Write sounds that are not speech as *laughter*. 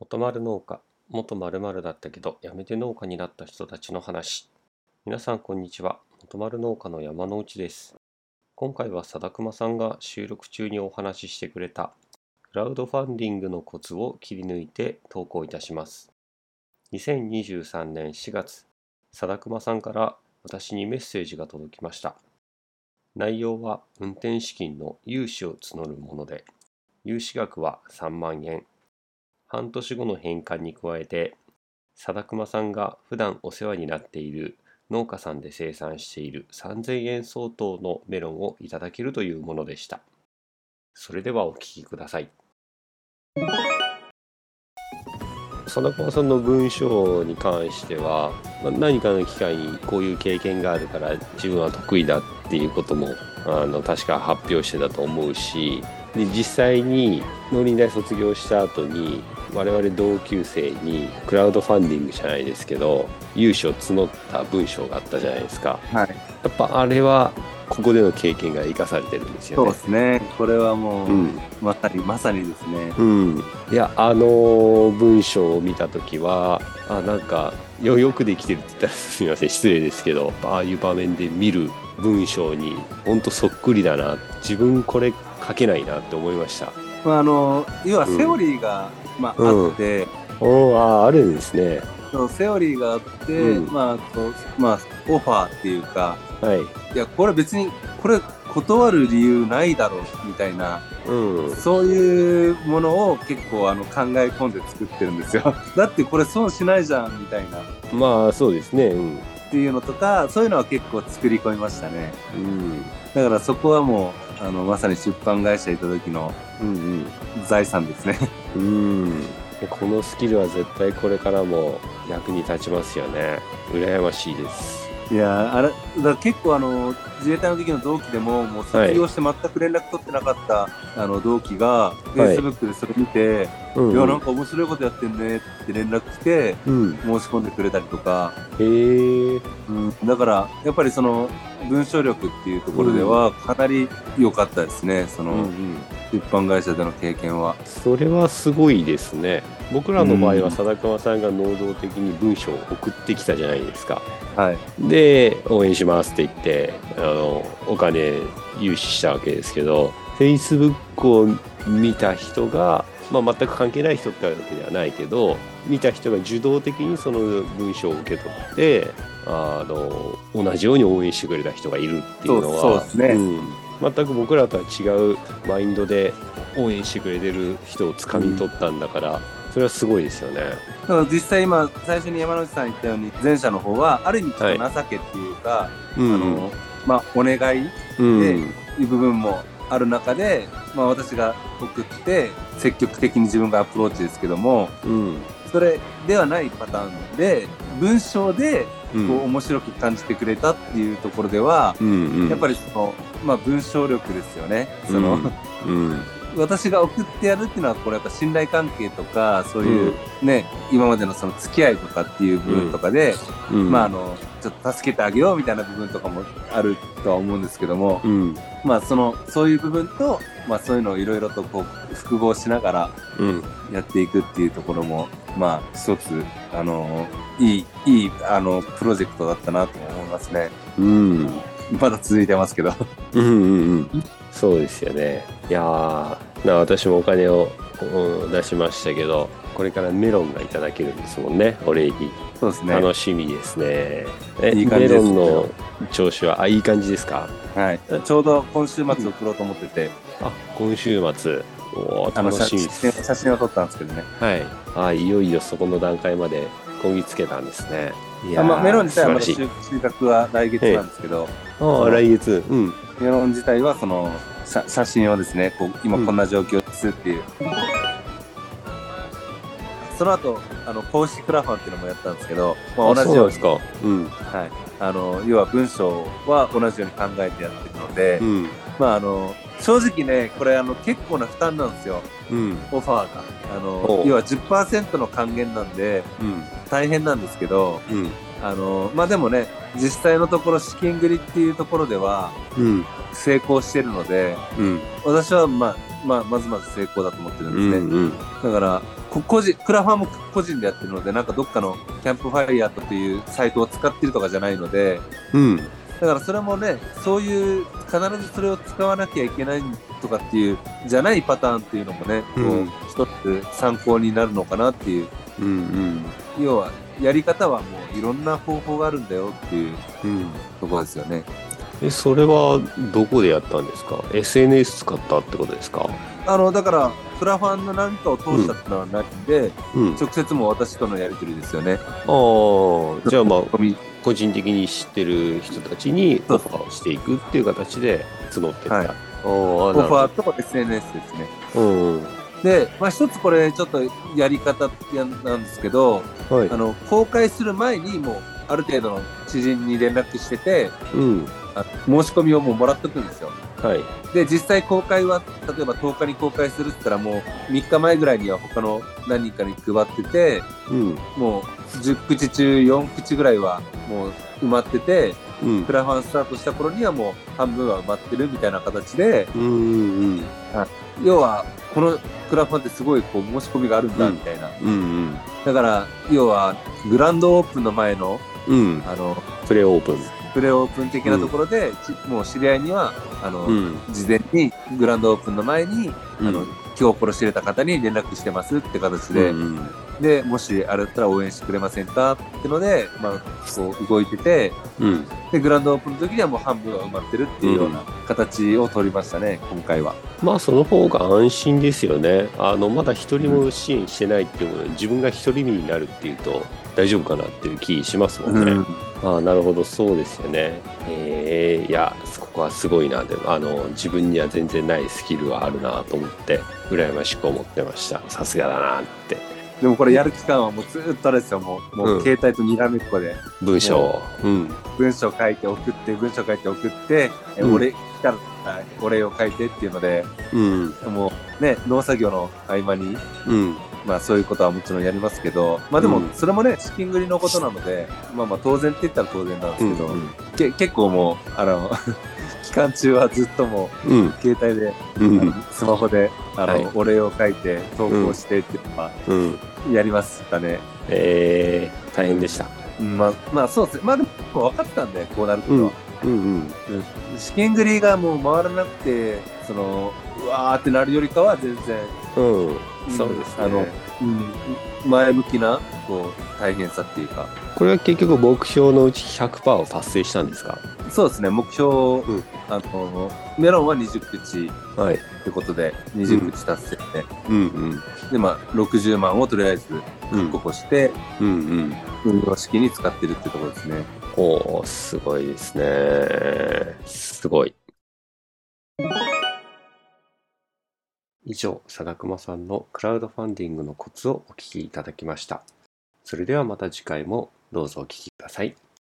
元丸農家、元〇〇だったけど、やめて農家になった人たちの話。皆さん、こんにちは。元丸農家の山之内です。今回は貞熊さんが収録中にお話ししてくれた、クラウドファンディングのコツを切り抜いて投稿いたします。2023年4月、貞熊さんから私にメッセージが届きました。内容は運転資金の融資を募るもので、融資額は3万円。半年後の返還に加えて貞熊さんが普段お世話になっている農家さんで生産している3000円相当のメロンをいただけるというものでしたそれではお聞きください貞熊さんの文章に関してはまあ何かの機会にこういう経験があるから自分は得意だっていうこともあの確か発表してたと思うしで実際に農林大卒業した後に我々同級生にクラウドファンディングじゃないですけど融資を募った文章があったじゃないですかはい、やっぱあれはここでの経験が生かされてるんですよそうでね。すね。これはもう、うんまさに、まさにですね。うん、いやあの文章を見た時はあなんかよよくできてるって言ったらすみません失礼ですけどああいう場面で見る文章にほんとそっくりだな自分これ書けないなって思いました。まあ、あの、要はうんセオリーが、まあ、うんあって、おーあーあるんですね。そのセオリーがあって、うんまあ、こう、まあ、オファーっていうか、はい、いや、これ別に、これ断る理由ないだろう、みたいな、うんそういうものを結構、あの、考え込んで作ってるんですよ。 *laughs* だってこれ損しないじゃん、みたいな。っまあそうですねうん、ていうのとか、そういうのは結構作り込みましたね。うん、だからそこはもう、あの、まさに出版会社いた時のうん財産ですね。うんうんでこのスキルは絶対これからも役に立ちますよね羨ましいですいやーあれだから結構あの自衛隊の時の同期でももう卒業して全く連絡取ってなかった、あの同期が Facebook でそれ見て、うんい、やなんか面白いことやってんねって連絡来てうんへ申し込んでくれたりとか、えだからやっぱりその文章力っていうところではかなり良かったですね、そうんのうん出版会社での経験は。それはすごいですね僕らの場合うはん貞川さんが能動的に文章を送ってきたじゃないですかはい、で応援しますって言ってあのお金融資したわけですけど Facebook を見た人が、まあ、全く関係ない人ってわけではないけど見た人が受動的にその文章を受け取ってあの同じように応援してくれた人がいるっていうのはそうそうですねうん全く僕らとは違うマインドで応援してくれてる人をつかみ取ったんだから、それはすごいですよね。だから実際今最初に山之内さん言ったように前者の方はある意味ちょっと情けっていうか、うんあのまあ、お願いうんいう部分もある中で、まあ、私が送って積極的に自分がアプローチですけどもうんそれではないパターンで文章でうこうん面白く感じてくれたっていうところでは、うんうんやっぱりその、まあ、文章力ですよね。その、うんうん私が送ってやるっていうのはこれやっぱ信頼関係とかそういうう、ね今までのその付き合いとかっていう部分とかで、うんまああのちょっと助けてあげようみたいな部分とかもあるとは思うんですけども、うんまあ、そのそういう部分と、まあ、そういうのをいろいろとこう複合しながらうんやっていくっていうところも、まあ、一つ、あのいいいい、あのプロジェクトだったなと思いますね。うんまだ続いてますけど。 *laughs* うんうんうんそうですよねいやーな私もお金を、うん出しましたけどこれからメロンがいただけるんですもんねお礼にそうですね。楽しみですねえいい感メじですロンの調子はあいい感じですかはい、ちょうど今週末送ろうと思ってて、あ今週末おーあの楽写しみです写真を撮ったんですけどね。はいあいよいよそこの段階までこぎつけたんですねいやあーまあ、メロン自体はまだ素収晴らしい収穫は来月なんですけど、あー来月うんメロン自体はその写写真をですねこう今こんな状況ですっていう、その後あの公式クラファンっていうのもやったんですけど、まあ、そ同じうなんようでにすかうんはい、あの要は文章は同じように考えてやってるので、うんまああの正直ねこれあの結構な負担なんですようんオファーがあのおう要は10%の還元なんでうん大変なんですけどうんあのまあでもね実際のところ資金繰りっていうところではうん成功してるのでうん私は、まあ、まあ、まずまず成功だと思ってるんですね。うんだから、こ個人、クラファンも個人でやってるので、なんかどっかのキャンプファイヤーというサイトを使ってるとかじゃないので、うん。だからそれもね、そういう、必ずそれを使わなきゃいけないとかっていう、じゃないパターンっていうのもね、うこうん一つ参考になるのかなっていう、うん要は、やり方はもういろんな方法があるんだよっていううん。うん。ところですよね。え、それはどこでやったんですか ?SNS 使ったってことですかあの、だから、クラファンの何かを通したってのはないんで、うん。あ直接もう私とのやりとりですよね。あ、じゃあまあ、コミ個人的に知ってる人たちにオファーをしていくっていう形で募っていった。はいああ、オなるフほァーとか SNS ですね。ど。うん。で、まあ、一つこれちょっとやり方やなんですけど、はいあ。の、公開する前にもう、ある程度の知人に連絡してて、うん。あ申し込みをもうもらっとくんですよ。はい。で、実際公開は、例えば10日に公開するって言ったらもう3日前ぐらいには他の何人かに配ってて、うん。もう10口中4口ぐらいはもう埋まってて、うんク。ラファンスタートした頃にはもう半分は埋まってるみたいな形で、うんうん要はこのクラファンってすごいこう申し込みがあるんだみたいな。うんうんだから、要はグランドオープンの前の、うんうんあの、プレオープンプレオープン的なところで、ちもう知り合いには、あの、うん事前にグランドオープンの前に、あのうん今日殺し入れた方に連絡してますって形で、うんでもしあれだったら応援してくれませんかってので、まあ、こう動いててうんでグランドオープンの時にはもう半分は埋まってるっていうような形を取りましたね、今回は。まあその方が安心ですよねあのまだ一人も支援してないっていうことで自分が一人身になるっていうと大丈夫かなっていう気しますもんね、うんああなるほどそうですよねえーいやここはすごいなでもあの自分には全然ないスキルはあるなと思って羨ましく思ってましたさすがだなってでもこれやる期間はもうずっとあれですよもうもうんう携帯とにらめっこで文章をうん文章書いて送って文章書いて送って、えうん俺来たらお礼を書いてっていうのでうんもうね農作業の合間にうんまあそういうことはもちろんやりますけど、まあでもうんそれもね、資金繰りのことなので、まあまあ当然って言ったら当然なんでうすけど、んけ結構もう、あの、 *laughs* 期間中はずっともうんう携帯で、うんうあんのスマホで、あの、はいお礼を書いて投稿してって、まうんあやりましたね。えー、大変でした。うんまあまあそうですね。まあでも分かったんで、こうなることは。うん資金繰りがもう回らなくて、その、うわーってなるよりかは全然、うん。うん。んそうですね。あの、うん前向きな、こう、大変さっていうか、これは結局目標のうち100%を達成したんですかそうですね、目標、うんあの、メロンは20口はい。ってことで、20口達成で、うんうん。で、まあ、60万をとりあえずうん確保して、うんうん。運用資金に使ってるってところですね。おー、すごいですね。すごい。以上、貞熊さんのクラウドファンディングのコツをお聞きいただきました。それではまた次回もどうぞお聞きください。